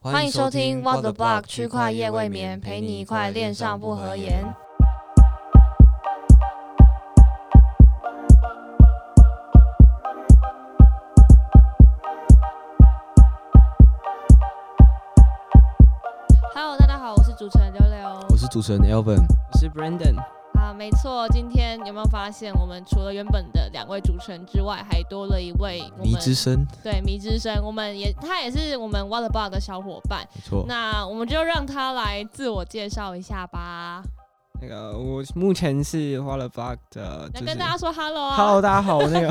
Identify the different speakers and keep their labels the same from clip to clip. Speaker 1: 欢迎收听 What the Block 区块夜未眠，陪你一块恋上不合言。。Hello，大家好，我是主持人六
Speaker 2: 我
Speaker 1: 六。
Speaker 2: 是主持人 Elvin，
Speaker 3: 我是 Brandon，
Speaker 1: 啊，没错，今天有没有发现，我们除了原本的两位主持人之外，还多了一位我
Speaker 2: 迷
Speaker 1: 们
Speaker 2: 之声，
Speaker 1: 对迷之声，我们也他也是我们 What the Block 的小伙伴。
Speaker 2: 没错。
Speaker 1: 那我们就让他来自我介绍一下吧。
Speaker 3: 那个我目前是花了 Block 的，
Speaker 1: 来
Speaker 3: 就是
Speaker 1: 跟大家说 Hello 啊
Speaker 3: Hello，大家好，我那个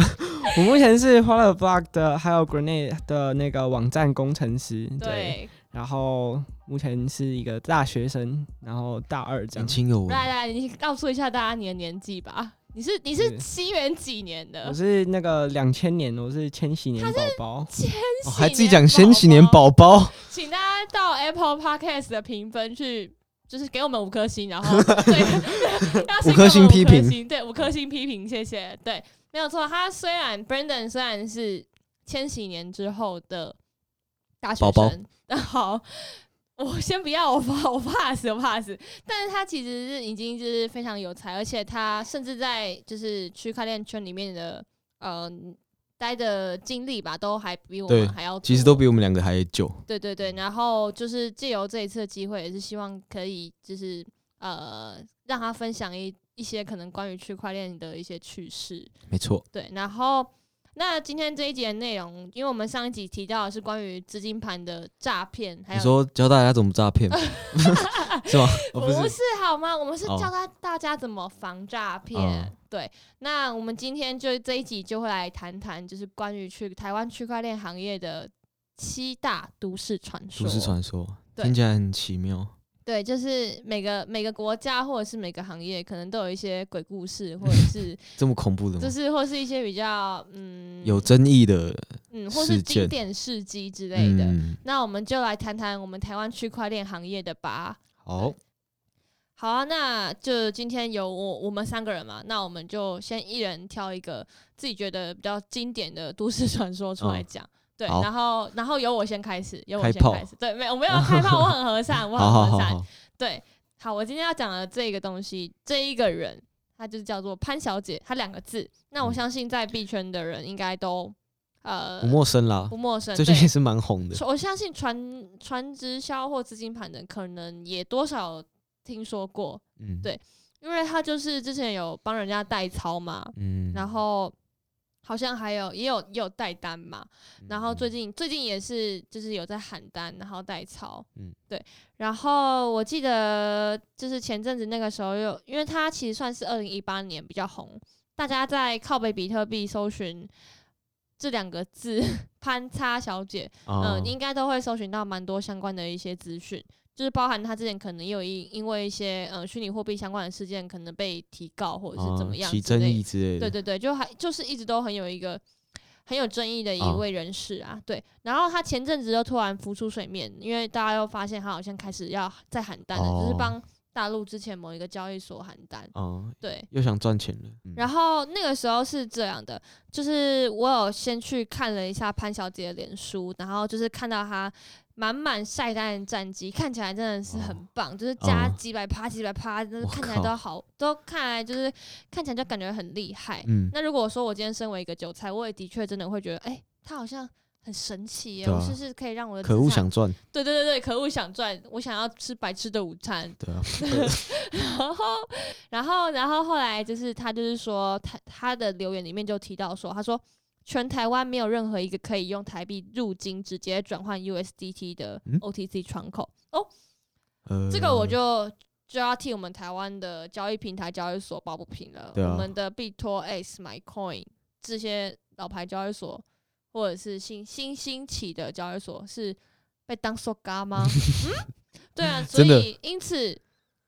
Speaker 3: 我目前是花了 Block 的，还有 Grenade 的那个网站工程师，对，
Speaker 1: 对，
Speaker 3: 然后目前是一个大学生，然后大二
Speaker 2: 年
Speaker 3: 这样，
Speaker 2: 轻有为，
Speaker 1: 来来，你告诉一下大家你的年纪吧。你是你是
Speaker 3: 是
Speaker 1: 西元几年的
Speaker 3: 我？是那个两千年，我是千禧年宝宝，
Speaker 2: 哦还自己讲千禧年宝宝，
Speaker 1: 请大家到 Apple Podcast 的评分去，就是给我们五颗星，然 后对，要
Speaker 2: 五
Speaker 1: 先给我们
Speaker 2: 颗星批评
Speaker 1: 五颗星，对，五颗星批评，谢谢。对，没有错。他虽然 Brandon 虽然是千禧年之后的大学
Speaker 2: 宝宝
Speaker 1: 生，那好。我先不要，我怕我怕死，我怕死。但是他其实是已经就是非常有才，而且他甚至在就是区块链圈里面的呃待的经历吧，都还比我
Speaker 2: 对
Speaker 1: 们还要多。
Speaker 2: 其实都比我们两个还久。
Speaker 1: 对对对，然后就是借由这一次的机会，也是希望可以就是呃，让他分享一一些可能关于区块链的一些趣事。
Speaker 2: 没错，
Speaker 1: 对，然后那今天这一集的内容，因为我们上一集提到的是关于资金盘的诈骗，还
Speaker 2: 你
Speaker 1: 有
Speaker 2: 说教大家怎么诈骗， 是吗？哦，
Speaker 1: 不
Speaker 2: 不是，
Speaker 1: 好吗？我们是
Speaker 2: 哦
Speaker 1: 教大大家怎么防诈骗。
Speaker 2: 嗯
Speaker 1: 对，那我们今天就这一集就会来谈谈，就是关于去台湾区块链行业的七大都市传说。
Speaker 2: 都市传说，
Speaker 1: 对
Speaker 2: 听起来很奇妙。
Speaker 1: 对，就是每个每个国家或者是每个行业，可能都有一些鬼故事，或者 是
Speaker 2: 这么恐怖的
Speaker 1: 就
Speaker 2: 吗？
Speaker 1: 是或是一些比较嗯
Speaker 2: 嗯有争议的，
Speaker 1: 嗯，或是
Speaker 2: 事
Speaker 1: 经
Speaker 2: 件
Speaker 1: 典事迹之类的。
Speaker 2: 嗯，
Speaker 1: 那我们就来谈谈我们台湾区块链行业的吧。
Speaker 2: 好，
Speaker 1: 好啊，那就今天有我我们三个人嘛，那我们就先一人挑一个自己觉得比较经典的都市传说出来
Speaker 2: 嗯
Speaker 1: 讲。对，
Speaker 2: 好
Speaker 1: 然后然后由我先开始，由我
Speaker 2: 开
Speaker 1: 先
Speaker 2: 炮
Speaker 1: 开始。对，没有我没有开炮，我很和善，我
Speaker 2: 好好
Speaker 1: 很
Speaker 2: 好
Speaker 1: 和善。
Speaker 2: 好，
Speaker 1: 对，好，我今天要讲的这个东西，这一个人，他就是叫做潘小姐，她两个字。那我
Speaker 2: 嗯
Speaker 1: 相信在币圈的人应该都呃
Speaker 2: 不陌生啦
Speaker 1: 不，陌生，
Speaker 2: 最近也
Speaker 1: 对。
Speaker 2: 是蛮红的。
Speaker 1: 我相信传传直销或资金盘的可能也多少听说过，
Speaker 2: 嗯，
Speaker 1: 对因为他就是之前有帮人家代操嘛，
Speaker 2: 嗯
Speaker 1: 然后好像还有也有也有代单嘛，然后最
Speaker 2: 嗯
Speaker 1: 近最近也是就是有在喊单，然后代操，嗯
Speaker 2: 嗯，
Speaker 1: 对。然后我记得就是前阵子那个时候又，因为它其实算是二零一八年比较红，大家在靠北比特币搜寻这两个字“潘叉小姐”，嗯、
Speaker 2: 哦
Speaker 1: 应该都会搜寻到蛮多相关的一些资讯，就是包含他之前可能也有因因为一些呃虚拟货币相关的事件，可能被提告或者是怎
Speaker 2: 哦
Speaker 1: 么样
Speaker 2: 起
Speaker 1: 之
Speaker 2: 争
Speaker 1: 类
Speaker 2: 议之类
Speaker 1: 对
Speaker 2: 的，
Speaker 1: 对对，就还就是一直都很有一个很有争议的一
Speaker 2: 啊
Speaker 1: 位人士啊，对。然后他前阵子又突然浮出水面，因为大家又发现他好像开始要再喊单了，就是
Speaker 2: 哦
Speaker 1: 帮大陆之前某一个交易所喊单，
Speaker 2: 哦，
Speaker 1: 对。
Speaker 2: 又想赚钱了。嗯
Speaker 1: 然后那个时候是这样的，就是我有先去看了一下潘小姐的脸书，然后就是看到她满满晒单的战绩，看起来真的是很
Speaker 2: 哦
Speaker 1: 棒，就是加
Speaker 2: 哦
Speaker 1: 几百趴、几百趴，就是
Speaker 2: 我
Speaker 1: 看起来
Speaker 2: 靠
Speaker 1: 都好，都看来就是看起来就感觉很厉害。
Speaker 2: 嗯，
Speaker 1: 那如果说我今天身为一个韭菜，我也的确真的会觉得，哎、他好像很神奇耶、
Speaker 2: 对啊
Speaker 1: 我是不是可以让我的
Speaker 2: 可
Speaker 1: 资
Speaker 2: 恶
Speaker 1: 产
Speaker 2: 想赚，
Speaker 1: 对对对对，可恶想赚，我想要吃白吃的午餐。
Speaker 2: 对啊，
Speaker 1: 然后，然后，然后后来就是他就是说他他的留言里面就提到说，他说全台湾没有任何一个可以用台币入金直接转换 USDT 的
Speaker 2: 嗯
Speaker 1: OTC 窗口。
Speaker 2: 呃，
Speaker 1: 这个我就就要替我们台湾的交易平台交易所抱不平了。
Speaker 2: 对啊
Speaker 1: 我们的币托 S、MyCoin 这些老牌交易所，或者是新新兴起的交易所，是被当说嘎 吗？嗯，对啊，所
Speaker 2: 真的
Speaker 1: 以因此。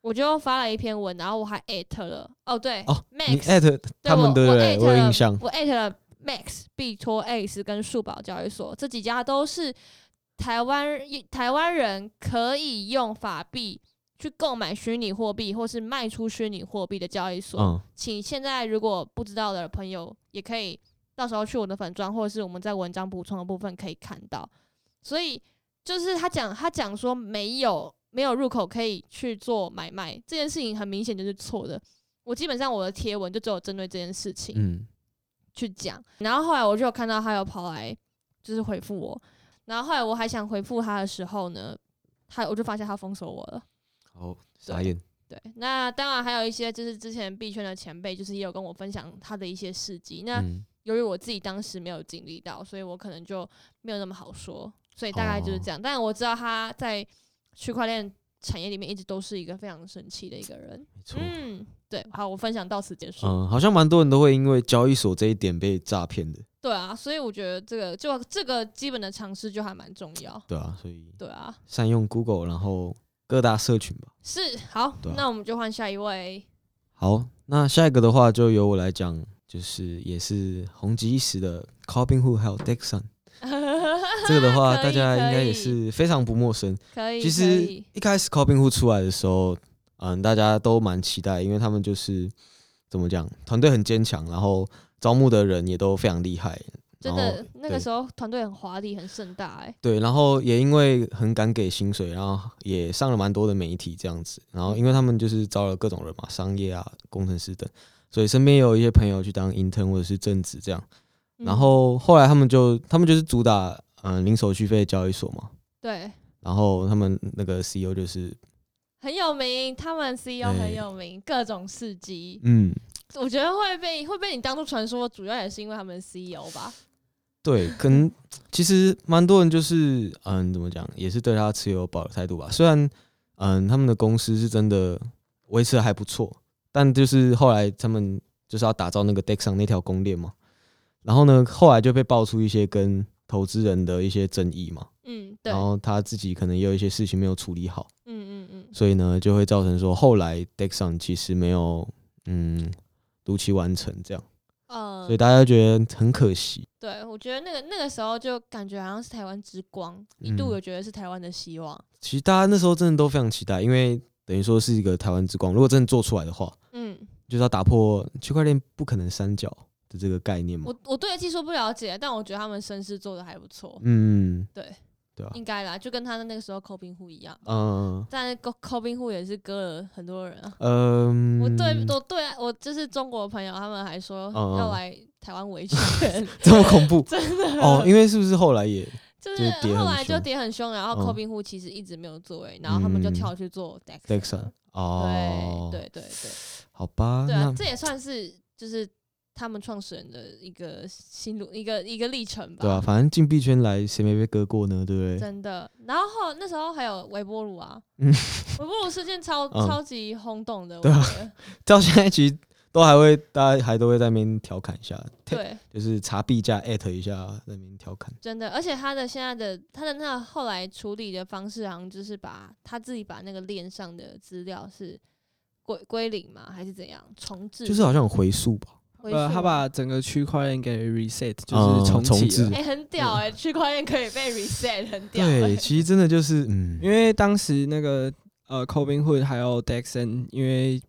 Speaker 1: 我就发了一篇文，然后我还艾特了哦，对
Speaker 2: 哦，你
Speaker 1: Max，
Speaker 2: 艾特
Speaker 1: 对
Speaker 2: 他们
Speaker 1: 我
Speaker 2: 对不
Speaker 1: 我
Speaker 2: 对？
Speaker 1: 艾特
Speaker 2: 我有
Speaker 1: 了
Speaker 2: 印象，
Speaker 1: 我艾特了 Max、币托 X 跟树宝交易所这几家都是台湾台湾人可以用法币去购买虚拟货币或是卖出虚拟货币的交易所。
Speaker 2: 嗯，
Speaker 1: 请现在如果不知道的朋友，也可以到时候去我的粉砖或者是我们在文章补充的部分可以看到。所以就是他讲他讲说没有没有入口可以去做买卖这件事情，很明显就是错的。我基本上我的贴文就只有针对这件事情，
Speaker 2: 嗯，
Speaker 1: 去讲。然后后来我就有看到他有跑来就是回复我，然后后来我还想回复他的时候呢，他我就发现他封锁我了。
Speaker 2: 好，傻眼，
Speaker 1: 对，那当然还有一些就是之前币圈的前辈，就是也有跟我分享他的一些事迹。那
Speaker 2: 嗯，
Speaker 1: 由于我自己当时没有经历到，所以我可能就没有那么好说，所以大概
Speaker 2: 哦
Speaker 1: 就是这样。但我知道他在区块链产业里面一直都是一个非常神奇的一个人。
Speaker 2: 没错，
Speaker 1: 嗯，对，好，我分享到此结束。
Speaker 2: 嗯，好像蛮多人都会因为交易所这一点被诈骗的，
Speaker 1: 对啊，所以我觉得这个就这个基本的常识就还蛮重要。
Speaker 2: 对啊，所以
Speaker 1: 对啊，
Speaker 2: 善用 Google，然后各大社群吧。
Speaker 1: 是好，
Speaker 2: 对啊
Speaker 1: 那我们就换下一位。
Speaker 2: 好，那下一个的话就由我来讲，就是也是红极一时的 Cobinhood 还有 Dexon，这个的话
Speaker 1: 可
Speaker 2: 大
Speaker 1: 以
Speaker 2: 家
Speaker 1: 可
Speaker 2: 应该也
Speaker 1: 以
Speaker 2: 是非常不陌生。
Speaker 1: 可以，
Speaker 2: 其
Speaker 1: 可
Speaker 2: 实
Speaker 1: 以
Speaker 2: 一开始 Cobinhood 出来的时候，嗯，大家都蛮期待，因为他们就是怎么讲，团队很坚强，然后招募的人也都非常厉害，
Speaker 1: 真
Speaker 2: 然
Speaker 1: 的
Speaker 2: 后
Speaker 1: 那个
Speaker 2: 对
Speaker 1: 时候团队很华丽，很盛大、欸，哎，
Speaker 2: 对，然后也因为很敢给薪水，然后也上了蛮多的媒体这样子。然后因为他们就是招了各种人嘛，商业啊、工程师等，所以身边也有一些朋友去当 intern 或者是正职这样。
Speaker 1: 嗯
Speaker 2: 然后后来他们就他们就是主打嗯、呃零手续费交易所嘛，
Speaker 1: 对。
Speaker 2: 然后他们那个 CEO 就是
Speaker 1: 很有名，他们 CEO
Speaker 2: 对
Speaker 1: 很有名，各种事迹。
Speaker 2: 嗯
Speaker 1: 我觉得会被会被你当做传说，主要也是因为他们的 CEO 吧。
Speaker 2: 对，可能其实蛮多人就是嗯，怎么讲，也是对他持有保留态度吧。虽然嗯，他们的公司是真的维持的还不错，但就是后来他们就是要打造那个 Deck 上那条公链嘛，然后呢，后来就被爆出一些跟投资人的一些争议嘛，
Speaker 1: 嗯，对，
Speaker 2: 然
Speaker 1: 嗯
Speaker 2: 后他自己可能也有一些事情没有处理好，
Speaker 1: 嗯嗯，
Speaker 2: 所以呢，就会造成说后来 Deck 上其实没有嗯如期完成这样，
Speaker 1: 呃
Speaker 2: 所以，大家觉得很可惜。
Speaker 1: 对，我觉得那个那个时候就感觉好像是台湾之光，一
Speaker 2: 嗯
Speaker 1: 度有觉得是台湾的希望。
Speaker 2: 其实大家那时候真的都非常期待，因为等于说是一个台湾之光。如果真的做出来的话，
Speaker 1: 嗯，
Speaker 2: 就是要打破区块链不可能三角的这个概念嘛。
Speaker 1: 我我对技术不了解，但我觉得他们绅士做的还不错，
Speaker 2: 嗯，
Speaker 1: 对
Speaker 2: 对吧、
Speaker 1: 应该啦，就跟他的那个时候扣冰户一样。
Speaker 2: 嗯
Speaker 1: 但扣扣冰户也是割了很多人啊。
Speaker 2: 嗯，
Speaker 1: 我对我对我就是中国朋友，他们还说
Speaker 2: 嗯
Speaker 1: 要来台湾维 权，
Speaker 2: 这么恐怖
Speaker 1: 真的
Speaker 2: 哦，因为是不是后来也
Speaker 1: 就
Speaker 2: 就是是跌
Speaker 1: 后
Speaker 2: 很
Speaker 1: 来就
Speaker 2: 凶
Speaker 1: 跌很凶，然后
Speaker 2: 嗯
Speaker 1: 扣冰户其实一直没有作为，然后他们就
Speaker 2: 嗯
Speaker 1: 跳去做
Speaker 2: d e
Speaker 1: Dex
Speaker 2: x o
Speaker 1: 了。
Speaker 2: 哦，
Speaker 1: 对，对对对
Speaker 2: 好吧，
Speaker 1: 对
Speaker 2: 那
Speaker 1: 啊，这也算是就是他们创始人的一个心路一个一个历程
Speaker 2: 对啊，
Speaker 1: 吧。
Speaker 2: 反正进币圈来谁没被割过呢？对不对？
Speaker 1: 真的，然后后那时候还有微波炉啊，
Speaker 2: 嗯
Speaker 1: 微波炉事件超
Speaker 2: 嗯
Speaker 1: 超级轰动的，我
Speaker 2: 对啊
Speaker 1: 觉得
Speaker 2: 到现在其实都还会，大家还都会在那边调侃一下，
Speaker 1: 对，
Speaker 2: 就是查币价艾特一下，在那边调侃。
Speaker 1: 真的，而且他的现在的他的那后来处理的方式，好像就是把他自己把那个链上的资料是归归零嘛，还是怎样重置？
Speaker 2: 就是好像有回溯吧，
Speaker 1: 回溯
Speaker 3: 呃，他把整个区块链给 reset，就是重
Speaker 2: 嗯重
Speaker 3: 启了
Speaker 2: 置
Speaker 1: 哎、很屌哎、区块链可以被 reset，很屌、
Speaker 2: 嗯对，
Speaker 1: 欸。
Speaker 2: 其实真的就是嗯，
Speaker 3: 因为当时那个呃 Cobin Hood 还有 Dexon，因为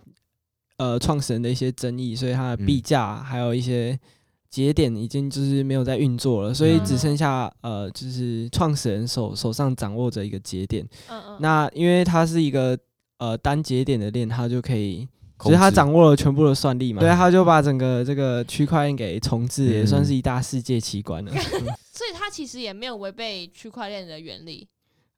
Speaker 3: 呃创始人的一些争议，所以它的
Speaker 2: 嗯
Speaker 3: 币价还有一些节点已经就是没有在运作了，所以只剩下呃就是创始人手手上掌握着一个节点。
Speaker 1: 嗯嗯，
Speaker 3: 那因为它是一个呃单节点的链，它就可以。
Speaker 2: 控
Speaker 3: 所以他
Speaker 2: 制
Speaker 3: 掌握了全部的算力嘛，
Speaker 2: 对啊
Speaker 3: 对，他就把整个这个区块链给重置，也
Speaker 2: 嗯
Speaker 3: 算是一大世界奇观了。
Speaker 1: 所以他其实也没有违背区块链的原理，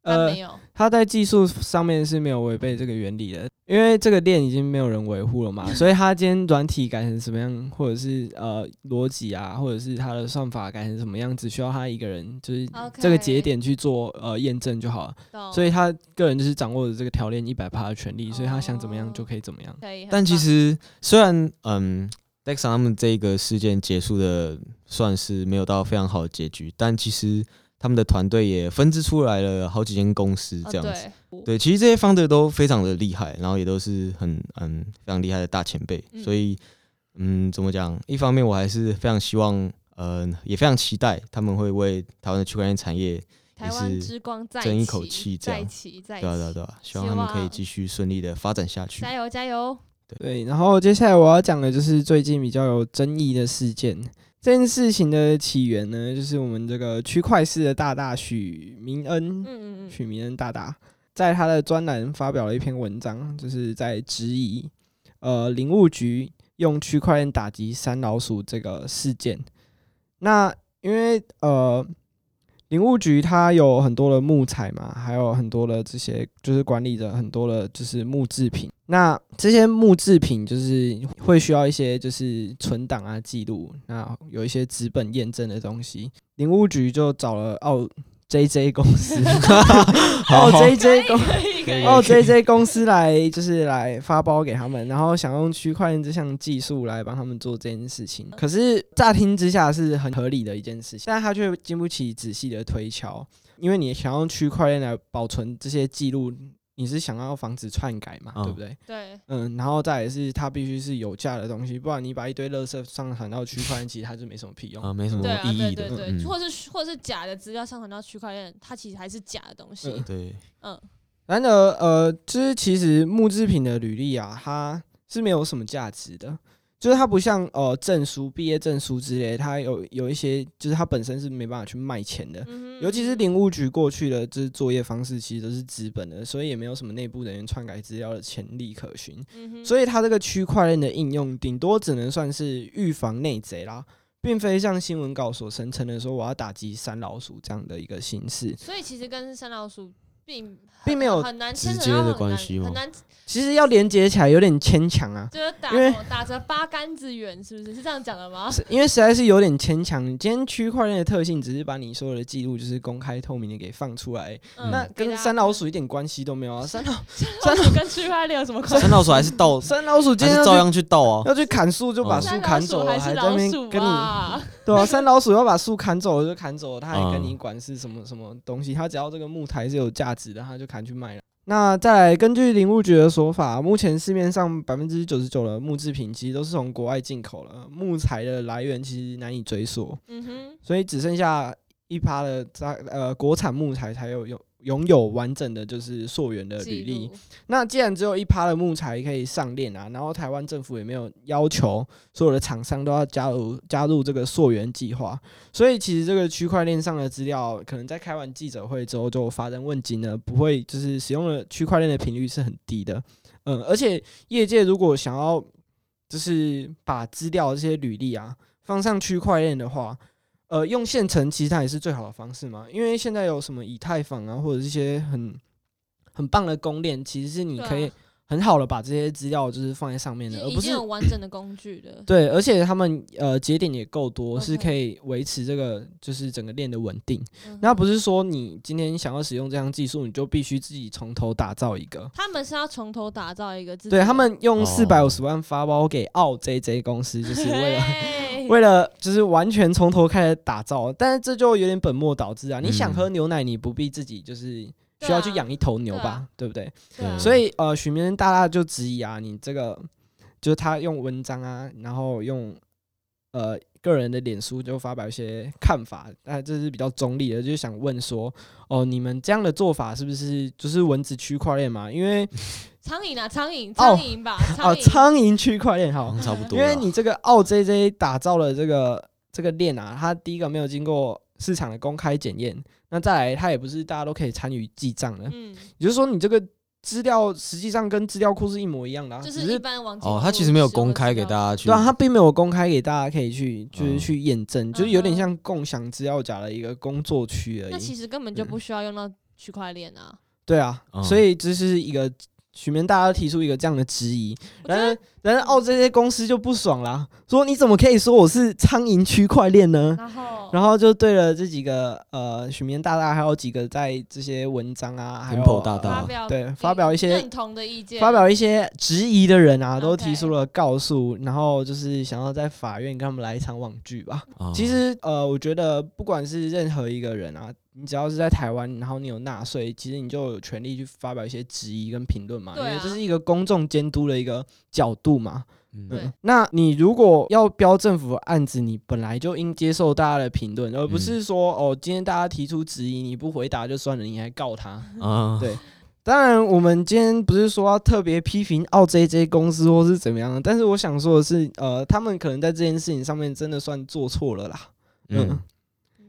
Speaker 1: 他
Speaker 3: 呃
Speaker 1: 没，有，
Speaker 3: 它在技术上面是没有违背这个原理的，因为这个链已经没有人维护了嘛，所以它今天软体改成什么样，或者是呃逻辑啊，或者是它的算法改成什么样，只需要他一个人就是
Speaker 1: OK 哦
Speaker 3: 这个节点去做呃验证就好了。
Speaker 1: 懂
Speaker 3: 所以他个人就是掌握着这个条链一百趴的权利，所以他想怎么
Speaker 1: 哦
Speaker 3: 样就可以怎么样。
Speaker 1: 可以。很
Speaker 2: 但其
Speaker 1: 棒
Speaker 2: 实虽然嗯，Dex 他们这个事件结束的算是没有到非常好的结局，但其实他们的团队也分支出来了好几间公司
Speaker 1: 哦
Speaker 2: 这样子。
Speaker 1: 对
Speaker 2: 对，其实这些 founder 都非常的厉害，然后也都是很嗯非常厉害的大前辈，
Speaker 1: 嗯
Speaker 2: 所以嗯怎么讲？一方面我还是非常希望，嗯、也非常期待他们会为台湾的区块链产业，
Speaker 1: 台湾
Speaker 2: 是
Speaker 1: 之光再
Speaker 2: 争一口
Speaker 1: 起，
Speaker 2: 气这
Speaker 1: 再
Speaker 2: 样
Speaker 1: 起，再
Speaker 2: 对啊对啊
Speaker 1: 起，
Speaker 2: 对啊，希望他们可以继续顺利的发展下去
Speaker 1: 加。油加油！
Speaker 3: 对，然后接下来我要讲的就是最近比较有争议的事件，这件事情的起源呢，就是我们这个区块市的大大许明恩，
Speaker 1: 嗯嗯嗯，
Speaker 3: 许明恩大大在他的专栏发表了一篇文章，就是在质疑呃林务局用区块链打击三老鼠这个事件。那因为呃林务局它有很多的木材嘛，还有很多的这些就是管理着很多的就是木制品。那这些木制品就是会需要一些就是存档啊记录，那有一些纸本验证的东西。林务局就找了澳 JJ 公 司，澳 JJ 公 哦
Speaker 1: 可以可以，
Speaker 2: 哦
Speaker 3: 澳 JJ 公司来就是来发包给他们，然后想用区块链这项技术来帮他们做这件事情。可是乍听之下是很合理的一件事情，但他却经不起仔细的推敲，因为你想用区块链来保存这些记录，你是想要防止篡改嘛，
Speaker 2: 嗯
Speaker 3: 对不对？
Speaker 1: 对，
Speaker 3: 嗯，然后再也是它必须是有价的东西，不然你把一堆垃圾上传到区块链，其实它就没什么屁用。
Speaker 2: 啊，没什么
Speaker 1: 对啊，
Speaker 2: 意
Speaker 1: 对
Speaker 2: 义的
Speaker 1: 对，
Speaker 2: 嗯
Speaker 1: 对，或是或是假的资料上传到区块链，它其实还是假的东西。
Speaker 3: 嗯
Speaker 2: 对，
Speaker 3: 然而，呃，就是其实木制品的履历啊，它是没有什么价值的，就是它不像呃证书、毕业证书之类，它有有一些就是它本身是没办法去卖钱的。
Speaker 1: 嗯哼
Speaker 3: 尤其是林务局过去的就是作业方式，其实都是资本的，所以也没有什么内部人员篡改资料的潜力可循。
Speaker 1: 嗯哼
Speaker 3: 所以它这个区块链的应用，顶多只能算是预防内贼啦，并非像新闻稿所声称的说我要打击三老鼠这样的一个形式。
Speaker 1: 所以其实跟山老鼠并很
Speaker 3: 并没有
Speaker 1: 很难牵扯
Speaker 2: 直接
Speaker 1: 到
Speaker 2: 的
Speaker 1: 很
Speaker 2: 关
Speaker 1: 难
Speaker 2: 系
Speaker 3: 哦
Speaker 2: 吗
Speaker 1: 很难
Speaker 3: 其实要连接起来有点牵强啊，
Speaker 1: 就是打哦
Speaker 3: 因为
Speaker 1: 打着八竿子远，是不是？是这样讲的 吗？
Speaker 3: 是因为实在是有点牵强。你今天区块链的特性只是把你所有的记录就是公开透明的给放出来，
Speaker 1: 嗯
Speaker 3: 那
Speaker 1: 给大
Speaker 3: 跟
Speaker 1: 家
Speaker 3: 三老鼠一点关系都没有 啊。三老
Speaker 1: 山老鼠跟区块链有什 么关 系？
Speaker 2: 三老鼠还是盗，
Speaker 3: 三老鼠今
Speaker 2: 还
Speaker 3: 天
Speaker 2: 是
Speaker 3: 要
Speaker 2: 照
Speaker 3: 去
Speaker 2: 样去盗啊。
Speaker 3: 要去砍树就把
Speaker 2: 哦
Speaker 3: 树
Speaker 1: 山
Speaker 3: 砍
Speaker 1: 老
Speaker 3: 走
Speaker 1: 鼠啊
Speaker 3: 了，
Speaker 1: 还是
Speaker 3: 在那
Speaker 1: 老
Speaker 3: 边
Speaker 1: 鼠
Speaker 3: 跟你
Speaker 1: 吧？
Speaker 3: 对啊，三老鼠要把树砍走了就砍走了，他还跟你
Speaker 2: 嗯
Speaker 3: 管是什么什么东西？他只要这个木材是有价值的，他就砍去卖了。那再来，根据林务局的说法，目前市面上百分之九十九的木制品其实都是从国外进口了，木材的来源其实难以追溯，
Speaker 1: 嗯哼，
Speaker 3: 所以只剩下一趴的在呃国产木材才有有拥有完整的就是溯源 的履
Speaker 1: 记
Speaker 3: 历。
Speaker 1: 录
Speaker 3: 那既然只有一趴的木材可以上链啊，然后台湾政府也没有要求所有的厂商都要加入加入这个溯源计划，所以其实这个区块链上的资料，可能在开完记者会之后就发人问津了，不会就是使用的区块链的频率是很低的。嗯，而且业界如果想要就是把资料这些履历啊放上区块链的话，呃，用现成其实它也是最好的方式嘛，因为现在有什么以太坊啊，或者是一些很很棒的公链，其实是你
Speaker 1: 对啊
Speaker 3: 可以很好的把这些资料就是放在上面的，而
Speaker 1: 已
Speaker 3: 不
Speaker 1: 经
Speaker 3: 是
Speaker 1: 有完整的工具了。
Speaker 3: 对，而且他们呃节点也够多，是
Speaker 1: OK
Speaker 3: 可以维持这个就是整个链的稳定。
Speaker 1: 嗯
Speaker 3: 那不是说你今天想要使用这项技术，你就必须自己从头打造一个。
Speaker 1: 他们是要从头打造一个自己的，
Speaker 3: 对他们用
Speaker 2: 哦
Speaker 3: 四百五十万发包给澳 JJ 公司，就是为了
Speaker 1: 嘿
Speaker 3: 为了就是完全从头开始打造，但是这就有点本末倒置啊！你想
Speaker 2: 嗯
Speaker 3: 喝牛奶，你不必自己就是需
Speaker 1: 对
Speaker 3: 要
Speaker 1: 啊
Speaker 3: 去养一头牛
Speaker 1: 对啊
Speaker 3: 吧，对不对？
Speaker 1: 对啊
Speaker 2: 嗯
Speaker 3: 所以呃，许明恩大大就质疑啊，你这个就是他用文章啊，然后用呃个人的脸书就发表一些看法，那这是比较中立的，就是想问说，哦，你们这样的做法是不是就是蚊子区块链嘛？因为
Speaker 1: 苍蝇啊，苍蝇，
Speaker 3: 哦
Speaker 1: 苍蝇吧，
Speaker 3: 啊，
Speaker 1: 苍蝇，
Speaker 3: 苍蝇区块链好
Speaker 2: 好，像差不多
Speaker 3: 因
Speaker 2: 啦。
Speaker 3: 为 你这个澳 JJ 打造了这个这个链啊，它第一个没有经过市场的公开检验，那再来它也不是大家都可以参与记账的，
Speaker 1: 嗯，
Speaker 3: 也就是说你这个资料实际上跟资料库是一模一样的、啊，
Speaker 1: 就
Speaker 3: 只
Speaker 1: 是一般网
Speaker 2: 哦，他其实没有公开给大
Speaker 1: 家，
Speaker 2: 家去，
Speaker 3: 对啊，它并没有公开给大家可以去就是
Speaker 2: 嗯
Speaker 3: 去验证，就是有点
Speaker 1: 嗯哼
Speaker 3: 像共享资料夹的一个工作区而
Speaker 1: 那其
Speaker 3: 已。
Speaker 1: 实根本就不需要用到区块链啊。
Speaker 3: 对啊，
Speaker 2: 嗯
Speaker 3: 所以这是一个。许明大家提出一个这样的质疑，
Speaker 1: 我觉
Speaker 3: 然
Speaker 1: 得
Speaker 3: 而，然而澳这些公司就不爽啦，说你怎么可以说我是苍蝇区块链呢？
Speaker 1: 然后，
Speaker 3: 然后就对了这几个呃，许明大大，还有几个在这些文章啊，还有
Speaker 2: Temple 大大
Speaker 1: 发
Speaker 3: 呃
Speaker 1: 表
Speaker 3: 对发表一些
Speaker 1: 认同的意见，
Speaker 3: 发表一些质疑的人啊，都
Speaker 1: OK
Speaker 3: 提出了告诉，然后就是想要在法院跟他们来一场网剧吧。
Speaker 2: 哦
Speaker 3: 其实呃，我觉得不管是任何一个人啊，你只要是在台湾，然后你有纳税，其实你就有权利去发表一些质疑跟评论嘛，因
Speaker 1: 对啊
Speaker 3: 为这是一个公众监督的一个角度嘛。
Speaker 2: 嗯
Speaker 1: 对
Speaker 3: 嗯，那你如果要标政府的案子，你本来就应接受大家的评论，而不是说、哦，今天大家提出质疑，你不回答就算了，你还告他。
Speaker 2: 啊，
Speaker 3: 对当然，我们今天不是说要特别批评澳 JJ 公司或是怎么样的，但是我想说的是，呃，他们可能在这件事情上面真的算做错了啦，嗯
Speaker 2: 嗯，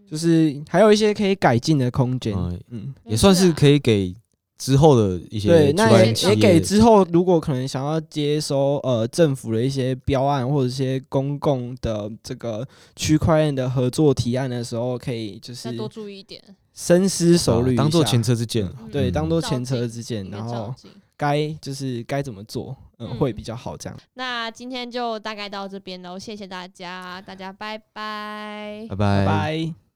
Speaker 3: 就是还有一些可以改进的空间。
Speaker 2: 嗯
Speaker 3: 嗯，
Speaker 2: 也算
Speaker 1: 啊
Speaker 2: 是可以给之后的一些
Speaker 3: 对，
Speaker 2: 出
Speaker 3: 那
Speaker 2: 版
Speaker 3: 也
Speaker 1: 企
Speaker 2: 企
Speaker 3: 也
Speaker 2: 业
Speaker 3: 给之后如果可能想要接收呃政府的一些标案或者一些公共的这个区块链的合作提案的时候，可以就
Speaker 1: 再
Speaker 3: 是
Speaker 1: 多注意一点，
Speaker 2: 啊
Speaker 3: 深思熟虑一下，
Speaker 2: 当做前车之鉴了。
Speaker 3: 对，
Speaker 2: 嗯
Speaker 3: 当做
Speaker 1: 照
Speaker 3: 前车
Speaker 1: 镜
Speaker 3: 之鉴，
Speaker 1: 应该
Speaker 3: 然后
Speaker 1: 照镜
Speaker 3: 该就是该怎么做，嗯，
Speaker 1: 嗯
Speaker 3: 会比较好这样。
Speaker 1: 那今天就大概到这边喽，谢谢大家，大家拜拜。
Speaker 2: 拜
Speaker 3: 拜
Speaker 2: 拜。
Speaker 3: 拜。